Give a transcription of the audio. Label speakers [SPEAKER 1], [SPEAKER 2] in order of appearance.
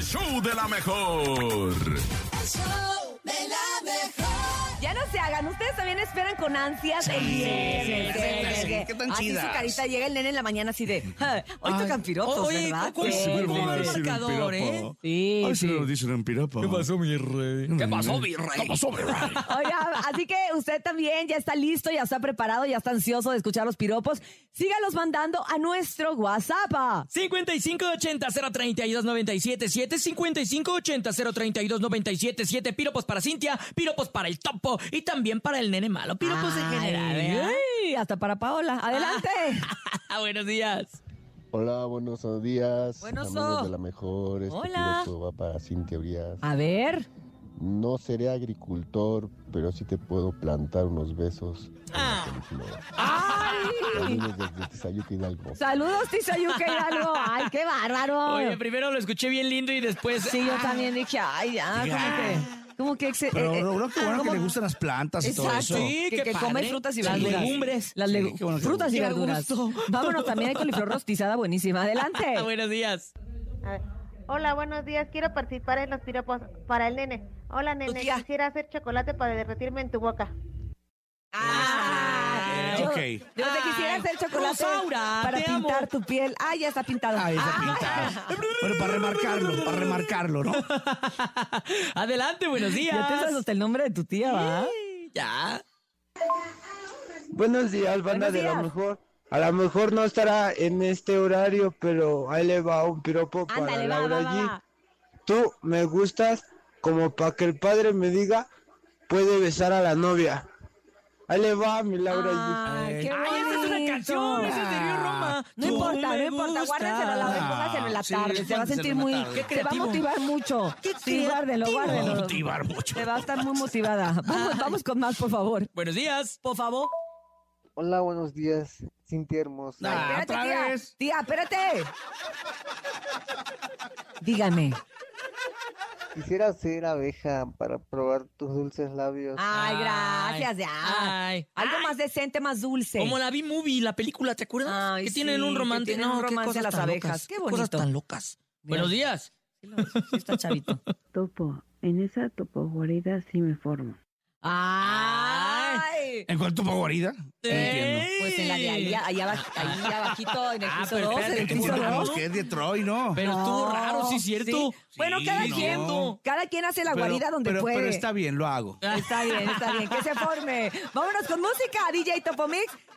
[SPEAKER 1] show de la mejor.
[SPEAKER 2] Ya no se hagan, ustedes también esperan con ansias el viernes.
[SPEAKER 3] sí,
[SPEAKER 2] ¿eh?
[SPEAKER 3] sí,
[SPEAKER 2] Porque
[SPEAKER 3] qué tan
[SPEAKER 2] así
[SPEAKER 3] chidas.
[SPEAKER 2] su carita llega el nene en la mañana así de, "Ah, hoy
[SPEAKER 4] Ay,
[SPEAKER 2] tocan piropos,
[SPEAKER 4] oye,
[SPEAKER 2] ¿verdad?
[SPEAKER 4] ¿cuál-
[SPEAKER 2] Sí.
[SPEAKER 4] cuál-
[SPEAKER 2] Sí.
[SPEAKER 4] cuál-
[SPEAKER 3] el marcador, ¿eh?
[SPEAKER 2] Sí,
[SPEAKER 1] Ay, si
[SPEAKER 2] sí.
[SPEAKER 1] me lo dicen en pirapa.
[SPEAKER 4] ¿Qué pasó, mi rey?
[SPEAKER 3] ¿Qué pasó, mi rey?
[SPEAKER 2] Oiga, así que usted también ya está listo, ya está preparado, ya está ansioso de escuchar los piropos. Sígalos mandando a nuestro WhatsApp. ah.
[SPEAKER 4] 5580-032-977, 5580-032-977, piropos para Cintia, piropos para el topo y también para el nene malo, piropos en general.
[SPEAKER 2] Ay,
[SPEAKER 4] ¿eh?
[SPEAKER 2] ay, hasta para Paola. Adelante.
[SPEAKER 4] Buenos días.
[SPEAKER 5] Hola, buenos días.
[SPEAKER 2] Buenos
[SPEAKER 5] amigos
[SPEAKER 2] o.
[SPEAKER 5] de la mejor. Este
[SPEAKER 2] Hola.
[SPEAKER 5] piloto va para Cintia Urias.
[SPEAKER 2] A ver.
[SPEAKER 5] No seré agricultor, pero sí te puedo plantar unos besos. con
[SPEAKER 4] Ah.
[SPEAKER 5] la
[SPEAKER 2] Ah.
[SPEAKER 5] felicidad. Saludos desde Tizayuca, Hidalgo.
[SPEAKER 2] Saludos, Tizayuca Hidalgo. Ay, qué bárbaro.
[SPEAKER 4] Oye, primero lo escuché bien lindo y después... ah,
[SPEAKER 2] Sí, yo también dije, ay, ya, como que, como que ex-
[SPEAKER 6] Pero
[SPEAKER 2] eh, eh,
[SPEAKER 6] lo bueno que, bueno que
[SPEAKER 2] como-
[SPEAKER 6] le gustan las plantas y todo
[SPEAKER 2] Exacto,
[SPEAKER 6] eso.
[SPEAKER 4] Sí,
[SPEAKER 2] que,
[SPEAKER 4] qué
[SPEAKER 2] que
[SPEAKER 4] padre.
[SPEAKER 2] come frutas y
[SPEAKER 4] Las
[SPEAKER 2] verduras.
[SPEAKER 4] legumbres.
[SPEAKER 2] Las legu-
[SPEAKER 6] Sí, qué bueno que-
[SPEAKER 2] frutas y
[SPEAKER 4] Qué a
[SPEAKER 2] verduras.
[SPEAKER 4] gusto.
[SPEAKER 2] Vámonos también hay coliflor rostizada buenísima. Adelante.
[SPEAKER 4] Ah, buenos días.
[SPEAKER 7] A ver. Hola, buenos días. Quiero participar en los piropos para el nene. Hola, nene.
[SPEAKER 2] tía.
[SPEAKER 7] Quisiera hacer chocolate para derretirme en tu boca.
[SPEAKER 2] Ah, yo,
[SPEAKER 6] ok.
[SPEAKER 2] yo te quisiera
[SPEAKER 4] Ay,
[SPEAKER 2] hacer chocolate
[SPEAKER 4] Ah, Rosaura,
[SPEAKER 2] para
[SPEAKER 4] te
[SPEAKER 2] pintar
[SPEAKER 4] amo.
[SPEAKER 2] tu piel. Ah, ya está pintado.
[SPEAKER 6] Ahí está
[SPEAKER 2] Ah,
[SPEAKER 6] pintado. Bueno, para remarcarlo, para remarcarlo, ¿no?
[SPEAKER 4] Adelante, buenos días.
[SPEAKER 2] Ya te sabes hasta el nombre de tu tía, ¿va?
[SPEAKER 4] Ya.
[SPEAKER 8] Buenos días, banda
[SPEAKER 2] Buenos
[SPEAKER 8] de
[SPEAKER 2] días.
[SPEAKER 8] la mejor. A lo mejor no estará en este horario, pero ahí le va un piropo para
[SPEAKER 2] Ándale, va,
[SPEAKER 8] Laura
[SPEAKER 2] va, va,
[SPEAKER 8] G.
[SPEAKER 2] va.
[SPEAKER 8] Tú me gustas como para que el padre me diga puede besar a la novia. Ahí le va mi Laura G.
[SPEAKER 2] Ah, qué
[SPEAKER 4] Ay, esa es una
[SPEAKER 2] bonito.
[SPEAKER 4] canción, esa es de Río Roma.
[SPEAKER 2] No
[SPEAKER 4] Tú
[SPEAKER 2] importa, no
[SPEAKER 4] me
[SPEAKER 2] importa,
[SPEAKER 4] gustas.
[SPEAKER 2] guárdenselo a la vez, póngaselo en la
[SPEAKER 6] sí,
[SPEAKER 2] tarde. Se va a sentir
[SPEAKER 6] póngaselo
[SPEAKER 2] muy.
[SPEAKER 6] en la tarde.
[SPEAKER 4] Qué
[SPEAKER 2] Se va a
[SPEAKER 4] creativo.
[SPEAKER 2] motivar mucho. Sí, guárdenlo, guárdenlo.
[SPEAKER 6] Motivar mucho.
[SPEAKER 2] Se va a estar muy motivada. Vamos, vamos con más, por favor.
[SPEAKER 4] Buenos días. Por favor.
[SPEAKER 8] Hola, buenos días, Cintia hermosa.
[SPEAKER 6] Ah, otra
[SPEAKER 2] tía.
[SPEAKER 6] vez.
[SPEAKER 2] Tía, espérate. Dígame.
[SPEAKER 8] Quisiera ser abeja para probar tus dulces labios.
[SPEAKER 2] Ay, gracias, ya.
[SPEAKER 4] Ay.
[SPEAKER 2] Algo más decente, más dulce.
[SPEAKER 4] Como la B-Movie, la película, ¿te acuerdas?
[SPEAKER 2] Ay,
[SPEAKER 4] que tienen
[SPEAKER 2] sí,
[SPEAKER 4] un
[SPEAKER 2] que
[SPEAKER 4] romance.
[SPEAKER 2] tienen
[SPEAKER 4] no,
[SPEAKER 2] un
[SPEAKER 4] qué
[SPEAKER 2] romance
[SPEAKER 4] cosas
[SPEAKER 2] las
[SPEAKER 4] tan
[SPEAKER 2] abejas,
[SPEAKER 4] locas,
[SPEAKER 2] qué
[SPEAKER 4] Cosas
[SPEAKER 2] bonito.
[SPEAKER 4] tan locas. Buenos días.
[SPEAKER 2] Sí, lo- sí está chavito.
[SPEAKER 9] Topo, en esa topo guarida sí me formo.
[SPEAKER 2] Ay.
[SPEAKER 6] ¿En cuál tu favorita? Entiendo.
[SPEAKER 4] Ey.
[SPEAKER 2] Pues en la de ahí, ahí, abaj- ahí abajito, en el
[SPEAKER 4] Ah,
[SPEAKER 2] piso
[SPEAKER 4] pero
[SPEAKER 2] 2, en el
[SPEAKER 4] espérate,
[SPEAKER 2] piso
[SPEAKER 4] ¿no?
[SPEAKER 6] Entendemos
[SPEAKER 2] 2.
[SPEAKER 6] que es de Troy, ¿no?
[SPEAKER 4] Pero estuvo
[SPEAKER 2] No,
[SPEAKER 4] raro, sí, cierto.
[SPEAKER 2] sí. Bueno,
[SPEAKER 6] Sí,
[SPEAKER 2] cada
[SPEAKER 6] no.
[SPEAKER 2] quien, cada quien hace la guarida
[SPEAKER 6] Pero-
[SPEAKER 2] donde
[SPEAKER 6] pero-
[SPEAKER 2] puede.
[SPEAKER 6] Pero está bien, lo hago.
[SPEAKER 2] Está bien, está bien, que se forme. Vámonos con música, DJ Topomix.